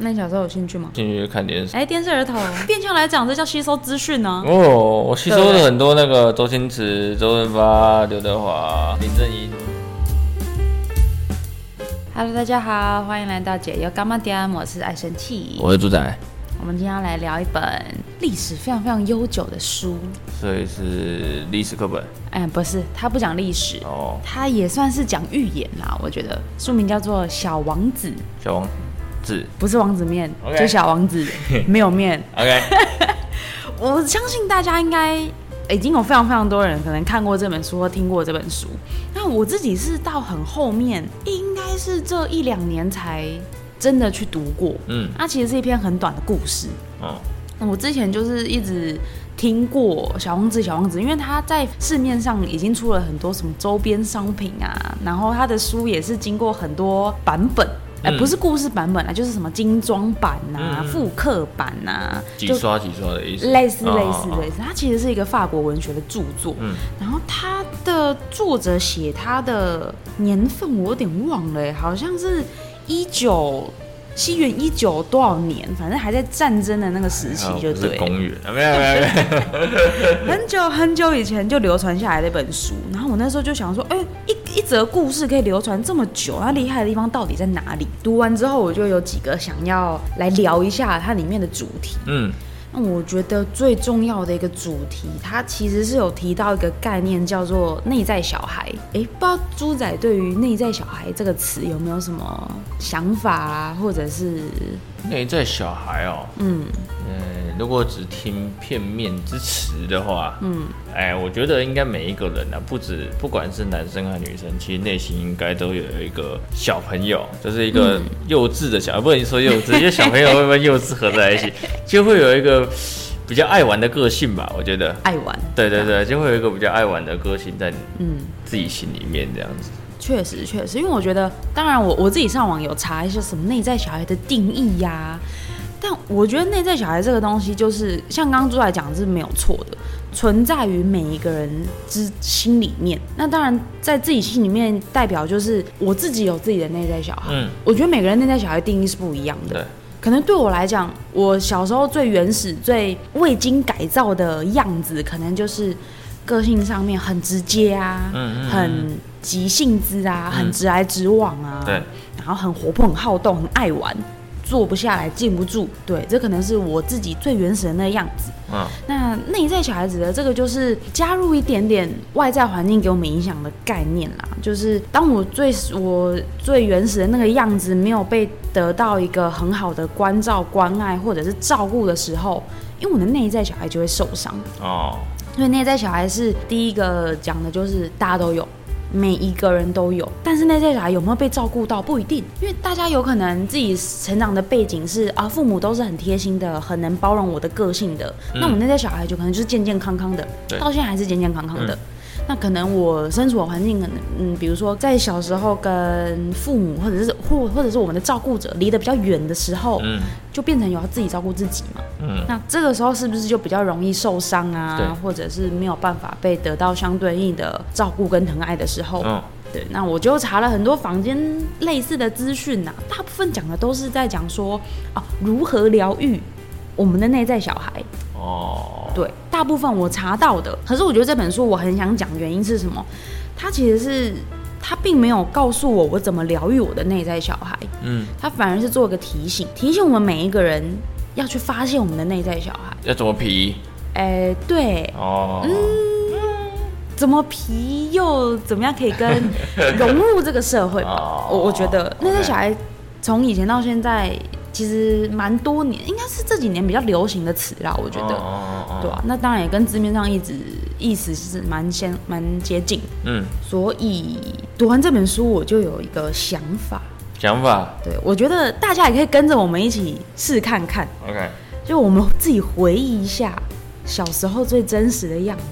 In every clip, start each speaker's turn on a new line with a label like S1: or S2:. S1: 那你小时候有兴趣吗？
S2: 进去看电视。
S1: 哎，电视 儿童变相来讲，这叫吸收资讯呢、
S2: 哦，我吸收
S1: 对
S2: 了很多那个周星驰、周润发、刘德华、林正英。
S1: Hello，大家好，欢迎来到解忧干妈店，我是爱生气。
S2: 我是猪仔，
S1: 我们今天要来聊一本历史非常非常悠久的书。
S2: 所以是历史课本
S1: 哎，不是，它不讲历史，
S2: 哦，
S1: 它也算是讲寓言啦。我觉得书名叫做《小王子》，
S2: 小王子。
S1: 不是王子面
S2: OK
S1: 就小王子没有面。
S2: OK，
S1: 我相信大家应该已经有非常非常多人可能看过这本书或听过这本书。那我自己是到很后面，应该是这一两年才真的去读过。
S2: 嗯，
S1: 它其实是一篇很短的故事。
S2: 哦，
S1: 我之前就是一直听过《小王子》，小王子，因为他在市面上已经出了很多什么周边商品啊，然后他的书也是经过很多版本。哎、
S2: 嗯
S1: 不是故事版本啊，就是什么精装版啊、
S2: 嗯嗯
S1: 复刻版啊，
S2: 几刷几刷的意思，
S1: 类似类似
S2: 哦
S1: 类似，它其实是一个法国文学的著作。
S2: 嗯
S1: 然后它的作者写他的年份我有点忘了，好像是一九西元一九多少年，反正还在战争的那个时期
S2: 哦
S1: 就
S2: 不是
S1: 对了。
S2: 公园，啊没有没有没有，
S1: 很久很久以前就流传下来的一本书，然后我那时候就想说，哎、一一则故事可以流传这么久，它厉害的地方到底在哪里？读完之后，我就有几个想要来聊一下它里面的主题。
S2: 嗯，
S1: 那我觉得最重要的一个主题，它其实是有提到一个概念，叫做内在小孩。诶，不知道猪仔对于内在小孩这个词有没有什么想法啊，或者是
S2: 内在小孩哦，
S1: 嗯，
S2: 嗯，如果只听片面之词的话，嗯，哎，我觉得应该每一个人啊，不止不管是男生和女生，其实内心应该都有一个小朋友，就是一个幼稚的小孩，不能说幼稚，因为小朋友会跟幼稚合在一 起，就会有一个比较爱玩的个性吧，我觉得，
S1: 爱玩？
S2: 对对对，就会有一个比较爱玩的个性在
S1: 嗯，
S2: 自己心里面这样子，
S1: 确实确实，因为我觉得，当然我我自己上网有查一些什么内在小孩的定义呀、但我觉得内在小孩这个东西，就是像刚刚朱来讲是没有错的，存在于每一个人之心里面。那当然，在自己心里面，代表就是我自己有自己的内在小孩。
S2: 嗯，
S1: 我觉得每个人内在小孩定义是不一样的
S2: 对。
S1: 可能对我来讲，我小时候最原始、最未经改造的样子，可能就是个性上面很直接啊，
S2: 嗯嗯嗯
S1: 很急性子啊，很直来直往啊，
S2: 对，
S1: 然后很活泼、很好动、很爱玩，坐不下来、静不住，对，这可能是我自己最原始的那个样子。
S2: 嗯，
S1: 那内在小孩子的这个就是加入一点点外在环境给我们影响的概念啦，就是当我最我最原始的那个样子没有被得到一个很好的关照、关爱或者是照顾的时候，因为我的内在小孩就会受伤。
S2: 哦，
S1: 所以内在小孩是第一个讲的就是大家都有。每一个人都有，但是内在小孩有没有被照顾到不一定，因为大家有可能自己成长的背景是啊，父母都是很贴心的，很能包容我的个性的，那我内在小孩就可能就是健健康康的，
S2: 嗯对
S1: 到现在还是健健康康的。
S2: 嗯
S1: 那可能我呃身处的环境，可能嗯，比如说在小时候跟父母或者是或或者是我们的照顾者离得比较远的时候，
S2: 嗯
S1: 就变成有要自己照顾自己嘛。
S2: 嗯，
S1: 那这个时候是不是就比较容易受伤啊，
S2: 对
S1: 或者是没有办法被得到相对应的照顾跟疼爱的时候？
S2: 嗯，
S1: 对，那我就查了很多房间类似的资讯呐，大部分讲的都是在讲说啊，如何疗愈我们的内在小孩。
S2: 哦，
S1: 对，大部分我查到的。可是我觉得这本书我很想讲，原因是什么？它其实是它并没有告诉我我怎么疗愈我的内在小孩，
S2: 嗯，
S1: 它反而是做一个提醒，提醒我们每一个人要去发现我们的内在小孩。
S2: 要怎么皮？
S1: 哎，对，
S2: 哦，
S1: 怎么皮又怎么样可以跟融入这个社会吧
S2: 哦？
S1: 我我觉得那些
S2: OK
S1: 小孩从以前到现在，其实蛮多年，应该是这几年比较流行的词啦，我觉
S2: 哦
S1: 得。
S2: 哦哦哦
S1: 对啊，那当然也跟字面上意思意思是蛮相蛮接近，
S2: 嗯，
S1: 所以读完这本书我就有一个想法，
S2: 想法
S1: 对我觉得大家也可以跟着我们一起试看看，
S2: ，OK，
S1: 就我们自己回忆一下小时候最真实的样子。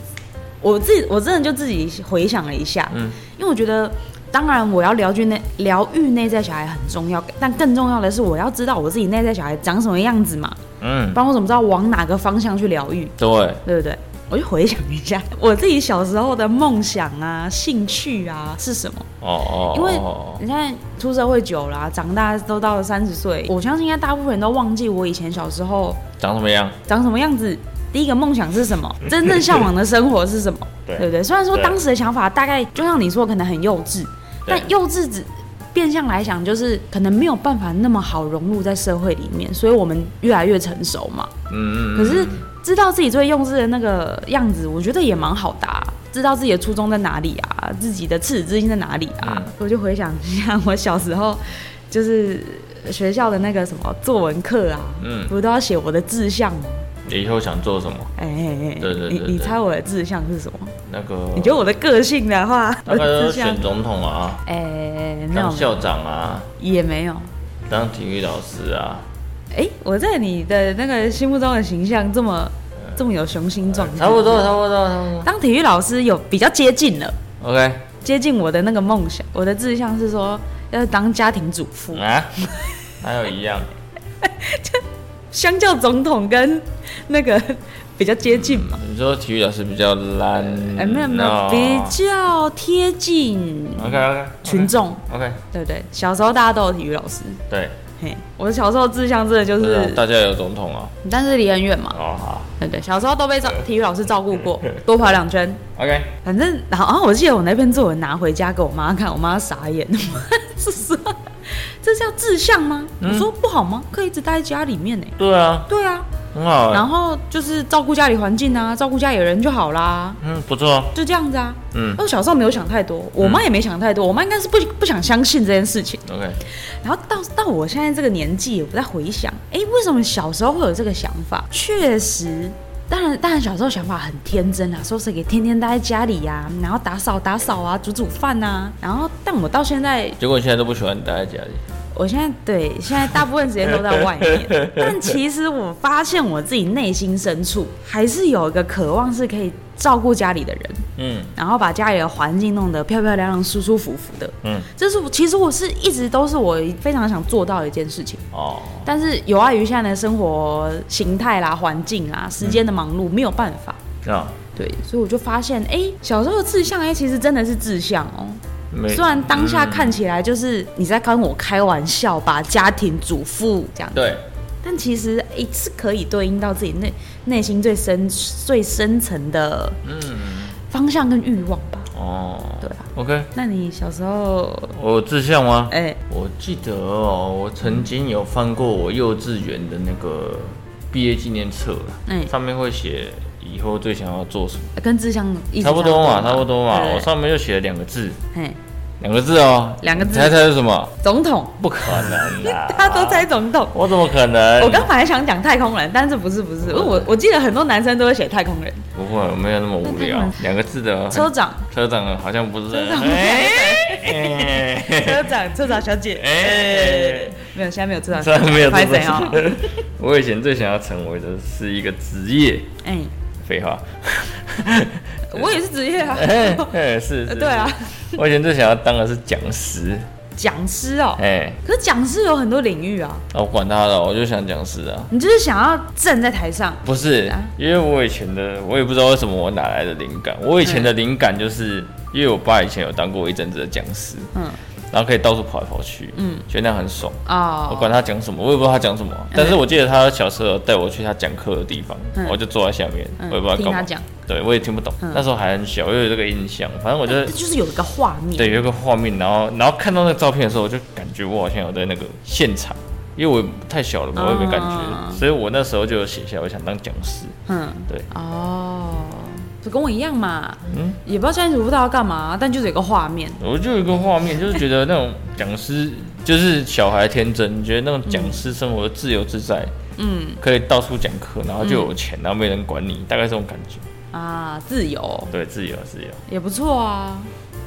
S1: 我自己我真的就自己回想了一下，
S2: 嗯
S1: 因为我觉得，当然我要疗愈内疗愈内在小孩很重要，但更重要的是我要知道我自己内在小孩长什么样子嘛，
S2: 嗯
S1: 不，然我怎么知道往哪个方向去疗愈，
S2: 对，
S1: 对不对？我就回想一下 我自己小时候的梦想啊、兴趣啊是什么。
S2: 哦哦，
S1: 因为
S2: 哦
S1: 你现在出社会久了啊、长大都到了三十岁，我相信应该大部分人都忘记我以前小时候
S2: 长什么样？
S1: 长什么样子。第一个梦想是什么？真正向往的生活是什么？
S2: 嗯 对
S1: 对不对？虽然说
S2: 对
S1: 当时的想法大概就像你说，可能很幼稚，
S2: 对
S1: 但幼稚只变相来讲，就是可能没有办法那么好融入在社会里面，所以我们越来越成熟嘛。
S2: 嗯嗯，嗯
S1: 可是知道自己最幼稚的那个样子，我觉得也蛮好的、啊，知道自己的初衷在哪里啊，自己的赤子之心在哪里啊。
S2: 嗯
S1: 我就回想一下我小时候，就是学校的那个什么作文课啊，
S2: 嗯，
S1: 不都要写我的志向吗？
S2: 你以后想做什么？
S1: 哎、哎哎
S2: 对对对
S1: 你你
S2: 对
S1: 猜我的志向是什么？
S2: 那个
S1: 你觉得我的个性的话，
S2: 大
S1: 我
S2: 概
S1: 的
S2: 都
S1: 志向
S2: 选总统啊，
S1: 哎、没有
S2: 当校长啊，
S1: 也没有。
S2: 当体育老师啊，
S1: 哎、我在你的那个心目中的形象这么这么有雄心壮志，
S2: 嗯差不多，差不多，差不多。
S1: 当体育老师有比较接近了。
S2: OK
S1: 接近我的那个梦想。我的志向是说要当家庭主妇，
S2: 啊， 哪有一样？
S1: 相较总统跟那个 比较接近嘛。
S2: 你说体育老师比较烂？哦
S1: 哎、没有没
S2: 嗯
S1: 有，比较贴近
S2: OK OK
S1: 群众，
S2: OK，
S1: 对不对？小时候大家都有体育老师，
S2: 对，
S1: 嘿，我小时候志向真的就
S2: 不知道
S1: 是，
S2: 大家有总统啊。
S1: 但是离很远嘛，
S2: 哦好
S1: 对不对？小时候都被照体育老师照顾过，多跑两圈，
S2: ，OK，
S1: 反正，然后、啊、我记得我那篇作文拿回家给我妈看，我妈傻眼， 是说这叫志向吗？我说不好吗？可以一直待在家里面呢、
S2: 对啊，
S1: 对啊，
S2: 很好欸，
S1: 然后就是照顾家里环境啊，照顾家里人就好啦，
S2: 嗯，不错，
S1: 就这样子啊。
S2: 嗯
S1: 那我小时候没有想太多，我妈也没想太多，我妈应该是不不想相信这件事情。
S2: ，OK，
S1: 然后到到我现在这个年纪，我在回想，哎，为什么小时候会有这个想法？确实。当然，当然，小时候想法很天真啊，说是给天天待在家里呀、然后打扫打扫啊，煮煮饭啊，然后，但我到现在
S2: 结果你现在都不喜欢待在家里，
S1: 我现在对现在大部分时间都在外面，但其实我发现我自己内心深处还是有一个渴望，是可以照顾家里的人，
S2: 嗯
S1: 然后把家里的环境弄得漂漂亮亮、舒舒服服的。
S2: 嗯，
S1: 这是我其实我是一直都是我非常想做到的一件事情，
S2: 哦，
S1: 但是有碍于现在的生活形态啦、环境啊、时间的忙碌，没有办法。
S2: 啊，
S1: 对，所以我就发现，哎、小时候的志向，哎、其实真的是志向哦、
S2: 没
S1: 虽然当下看起来就是你在跟我开玩笑吧，家庭主妇这样，
S2: 对，
S1: 但其实一次可以对应到自己内内心最深最深层的
S2: 嗯，
S1: 方向跟欲望吧。
S2: 哦
S1: 对啊，
S2: ，OK，
S1: 那你小时候，
S2: 我有志向吗？
S1: 哎、
S2: 我记得哦，我曾经有翻过我幼稚园的那个毕业纪念册啦，
S1: 嗯
S2: 上面会写以后最想要做什么，
S1: 跟志向一直
S2: 差不多嘛，差不多嘛。
S1: 对
S2: 我上面就写了两个字，
S1: 哎，
S2: 两个字哦，
S1: 两个字
S2: 你猜猜是什 么？
S1: 总统，，
S2: 不可能啦
S1: 他都，猜总统。
S2: 我怎么可能？
S1: 我刚本来想讲太空人，但是不是不
S2: 哦
S1: 是，我我记得很多男生都会写太空人、
S2: 不会，我没有那么无聊
S1: 那他们。
S2: 两个字的哦
S1: 车长、
S2: 车长好像不是
S1: 车长
S2: 哎哎
S1: 车长、车长小姐，
S2: 哎
S1: 没有，现在没有 车长
S2: 虽
S1: 小
S2: 然
S1: 姐，
S2: 没有
S1: 不好意思
S2: 这
S1: 哦
S2: 种， 我以前最想要成为的是一个职业。
S1: 哎、
S2: 废 话，
S1: 我也是职业啊，
S2: 哎哎是，是
S1: 对啊，，
S2: 是我以前最想要当的是讲师，
S1: 讲师哦、
S2: 哎，
S1: 可是讲师有很多领域啊，
S2: 啊我管他的，我就想讲师啊。
S1: 你就是想要站在台上，
S2: 不是
S1: 啊，
S2: 因为我以前的，我也不知道为什么我哪来的灵感。我以前
S1: 嗯
S2: 的灵感就是因为我爸以前有当过一阵子的讲师，
S1: 嗯，
S2: 然后可以到处跑来跑去，嗯，觉得那样很爽。我
S1: 哦，
S2: 管他讲什么，我也不知道他讲什么，但是我记得他小时候带我去他讲课的地方，
S1: 嗯
S2: 我就坐在下面，
S1: 嗯
S2: 我也不知道干
S1: 听他
S2: 嘛
S1: 讲，
S2: 对我也听不懂，那时候还很小，我有这个印象，反正我就
S1: 这就是有一个画面，
S2: 对有一个画面，然后然后看到那个照片的时候，我就感觉我好像有在那个现场，因为我太小了嘛，我也没感
S1: 啊
S2: 觉，所以我那时候就有写下我想当讲师，
S1: 嗯，
S2: 对，
S1: 哦，就跟我一样嘛，
S2: 嗯
S1: 也不知道家庭主妇到底要干嘛，但就是有一个画面，
S2: 我就有一个画面，就是觉得那种讲师就是小孩天真，觉得那种讲师生活自由自在，
S1: 嗯
S2: 可以到处讲课，然后就有钱，然后没人管你，大概这种感觉。
S1: 啊，自由
S2: 对，自由自由，
S1: 也不错啊。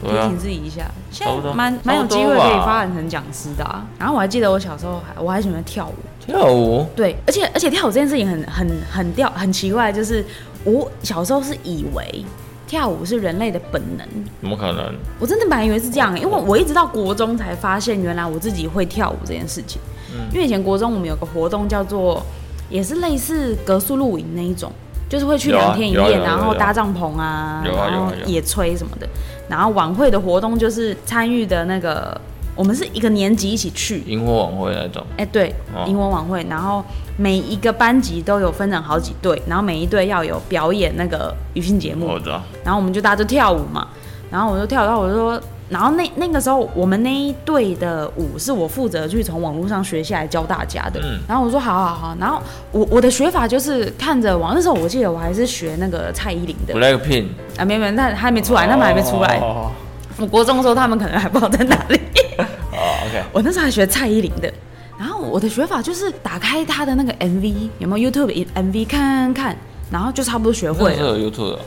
S1: 提
S2: 对啊
S1: 醒自己一下，现
S2: 差不
S1: 在
S2: 多
S1: 蛮蛮有
S2: 差不
S1: 机
S2: 多
S1: 会可以
S2: 吧
S1: 发展成讲师的啊。然后我还记得我小时候还我还喜欢跳舞，
S2: 跳舞
S1: 对，而且而且跳舞这件事情很很很吊很奇怪，就是我小时候是以为跳舞是人类的本能，
S2: 怎么可能？
S1: 我真的本来以为是这样，因
S2: 哦
S1: 为我一直到国中才发现，原来我自己会跳舞这件事情。
S2: 嗯
S1: 因为以前国中我们有个活动叫做，也是类似格数露营那一种，就是会去
S2: 有啊
S1: 两天一
S2: 有啊
S1: 夜，
S2: 有啊
S1: 然后
S2: 有啊
S1: 搭帐篷啊，
S2: 有啊
S1: 然后
S2: 有啊有啊
S1: 野炊什么的。然后晚会的活动就是参与的那个，我们是一个年级一起去，
S2: 萤火晚会那种，
S1: 哎、对，
S2: 哦
S1: 英文晚会，然后每一个班级都有分成好几队，然后每一队要有表演那个语训节目，
S2: 我知道。
S1: 然后我们就大家就跳舞嘛，然后我就跳，然后我就说，然后那那个时候我们那一队的舞是我负责去从网络上学下来教大家的，
S2: 嗯
S1: 然后我说好好好，然后我我的学法就是看着网，那时候我记得我还是学那个蔡依林的
S2: Blackpink
S1: 啊，没有没有，那还没出来，他们还没出来，
S2: 哦
S1: 我国中的时候他们可能还不知道在哪里。
S2: 哦哦，OK，
S1: 我那时候还学蔡依林的，然后我的学法就是打开她的那个 MV，有没有 YouTube MV 看看看，然后就差不多学会
S2: 那是
S1: 了。
S2: 有 YouTube 的，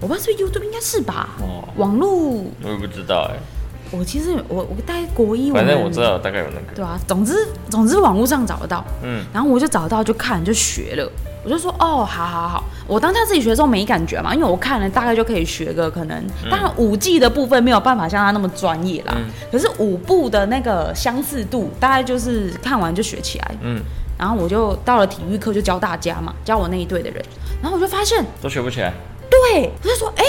S1: 我不知道是不是 YouTube，应该是吧？
S2: 嗯哦
S1: 网络，
S2: 我也不知道哎，
S1: 我其实我我大概国一，
S2: 反正
S1: 们
S2: 我知道大概有那个，
S1: 对啊，总之总之网络上找得到，
S2: 嗯，
S1: 然后我就找到就看就学了，我就说哦，好好好，我当下自己学的时候没感觉嘛，因为我看了大概就可以学个可能，当然舞技的部分没有办法像他那么专业啦，
S2: 嗯
S1: 可是舞步的那个相似度大概就是看完就学起来，
S2: 嗯，
S1: 然后我就到了体育课就教大家嘛，教我那一队的人，然后我就发现，
S2: 都学不起来，
S1: 对，我就说哎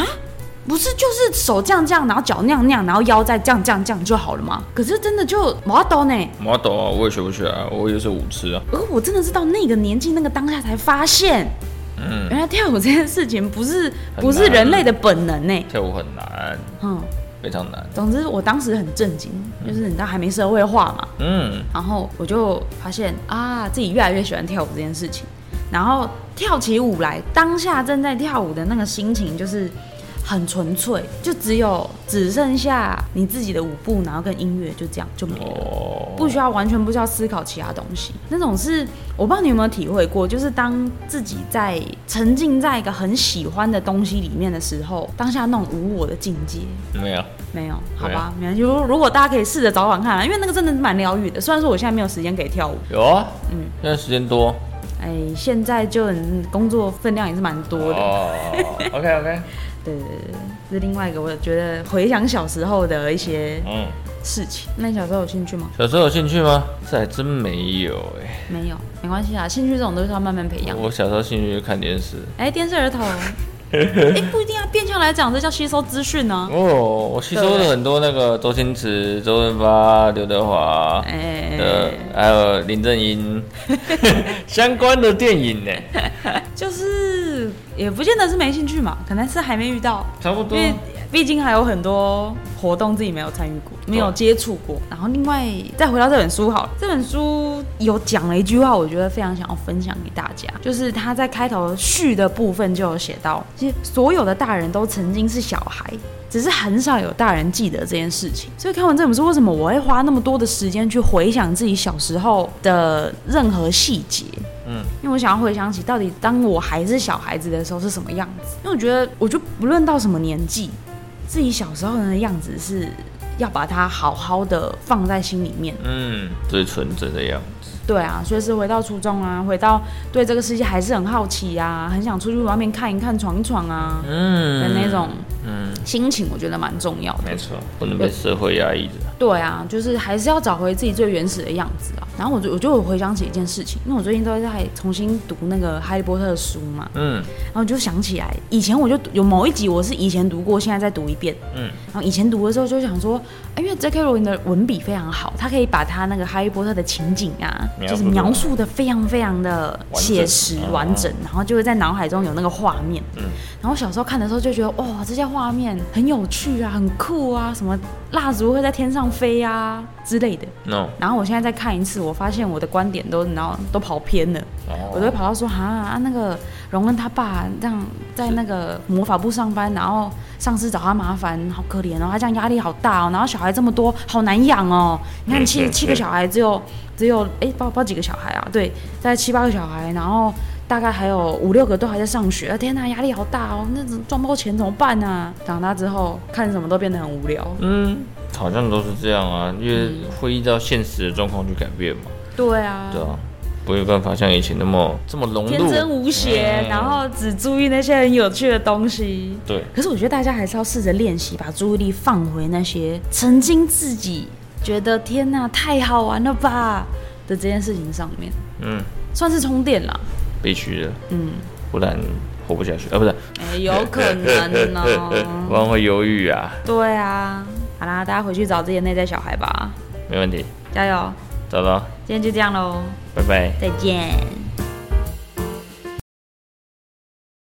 S1: 啊。不是，就是手这样这样，然后脚那样那样，然后腰再这样这样这样就好了嘛。可是真的就麻豆呢，
S2: model 啊，我也学不起来，我也是舞痴啊，
S1: 而我真的是到那个年纪、那个当下才发现，
S2: 嗯，
S1: 原来跳舞这件事情不是
S2: 很
S1: 不是
S2: 难
S1: 人类的本能呢。
S2: 跳舞很难，
S1: 嗯，
S2: 非常难，
S1: 总之我当时很震惊，就是你知道还没社会化嘛，
S2: 嗯，
S1: 然后我就发现啊，自己越来越喜欢跳舞这件事情。然后跳起舞来，当下正在跳舞的那个心情就是很纯粹，就只有只剩下你自己的舞步，然后跟音乐就这样就没了。
S2: 哦，
S1: 不需要完全不需要思考其他东西。那种是我不知道你有没有体会过，就是当自己在沉浸在一个很喜欢的东西里面的时候，当下那种无我的境界。
S2: 没有，
S1: 没有，好
S2: 对
S1: 吧
S2: 啊，
S1: 没关系。如如果大家可以试着找找看啊，因为那个真的蛮疗愈的。虽然说我现在没有时间可以跳舞，
S2: 有啊，
S1: 嗯
S2: 嗯，现在时间多，
S1: 哎，现在就很工作分量也是蛮多的。
S2: 哦，OK OK，
S1: 对对对，对这是另外一个我觉得回想小时候的一些
S2: 嗯，
S1: 事情。那你小时候有兴趣吗？
S2: 小时候有兴趣吗？这还真没有哎，
S1: 没有，没关系啊，兴趣这种都是要慢慢培养的。
S2: 我小时候兴趣就看电视，
S1: 哎，电视儿 童，哎，不一定啊，变相来讲，这叫吸收资讯啊呢、
S2: 哦，我吸收了很多那个周星驰、周润发、刘德华，
S1: 哎、
S2: 呃，还有林 正英相关的电影呢，
S1: 就是也不见得是没兴趣嘛，可能是还没遇到，
S2: 差不
S1: 因
S2: 多。
S1: 为毕竟还有很多活动自己没有参与过，没有接触过。然后另外再回到这本书好了，这本书有讲了一句话，我觉得非常想要分享给大家，就是他在开头序的部分就有写到，其实所有的大人都曾经是小孩，只是很少有大人记得这件事情。所以看完这本书，为什么我会花那么多的时间去回想自己小时候的任何细节？
S2: 嗯，
S1: 因为我想要回想起到底当我还是小孩子的时候是什么样子。因为我觉得，我就不论到什么年纪，自己小时候的样子是要把它好好的放在心里面。
S2: 嗯，最纯真的样子。
S1: 对啊，所以是回到初中啊，回到对这个世界还是很好奇啊，很想出去外面看一看、闯一闯啊
S2: 嗯
S1: 的那种
S2: 嗯，
S1: 心情，我觉得蛮重要的
S2: 没。错，不能被社会压抑着。
S1: 对啊，就是还是要找回自己最原始的样子啊。然后我就我就有回想起一件事情，因为我最近都在重新读那个《哈利波特》的书嘛，
S2: 嗯
S1: 然后我就想起来，以前我就读有某一集我是以前读过，现在再读一遍。
S2: 嗯，
S1: 然后以前读的时候就想说，哎，因为 J.K. 罗琳的文笔非常好，她可以把她那个《哈利波特》的情景啊，
S2: 描
S1: 就
S2: 述
S1: 是
S2: 得
S1: 描述的非常非常的
S2: 完整
S1: 写实
S2: 嗯
S1: 完整，然后就会在脑海中有那个画面。
S2: 嗯，
S1: 然后小时候看的时候就觉得，哇，这些画面很有趣啊，很酷啊，什么蜡烛会在天上飞啊之类的。
S2: ，no，
S1: 然后我现在再看一次，我发现我的观点都你知道都跑偏了。我都会
S2: 哦，
S1: 跑到说哈啊，那个荣恩他爸这样在那个魔法部上班，然后上司找他麻烦，好可怜哦，他这样压力好大哦，然后小孩这么多，好难养哦。你看七七个小孩，只有只有哎，包包几个小孩啊？对，大概七八个小孩，然后大概还有五六个都还在上学。天呐，压力好大哦，那赚不到钱怎么办啊？长大之后看什么都变得很无聊。
S2: 嗯，好像都是这样啊，因
S1: 嗯
S2: 为会依照现实的状况去改变嘛。
S1: 对啊。
S2: 对啊，没有办法像以前那么这么融入，
S1: 天真无邪，
S2: 嗯
S1: 然后只注意那些很有趣的东西。
S2: 对，
S1: 可是我觉得大家还是要试着练习，把注意力放回那些曾经自己觉得天哪太好玩了吧的这件事情上面，
S2: 嗯，
S1: 算是充电啦。
S2: 必须的。
S1: 嗯，
S2: 不然活不下去啊，不是，
S1: 哎、有可能
S2: 不
S1: 哦。
S2: 然会忧郁啊，
S1: 对啊，好啦，大家回去找自己的内在小孩吧，
S2: 没问题，
S1: 加油！
S2: 找到，
S1: 今天就这样喽，
S2: 拜拜。
S1: 再见。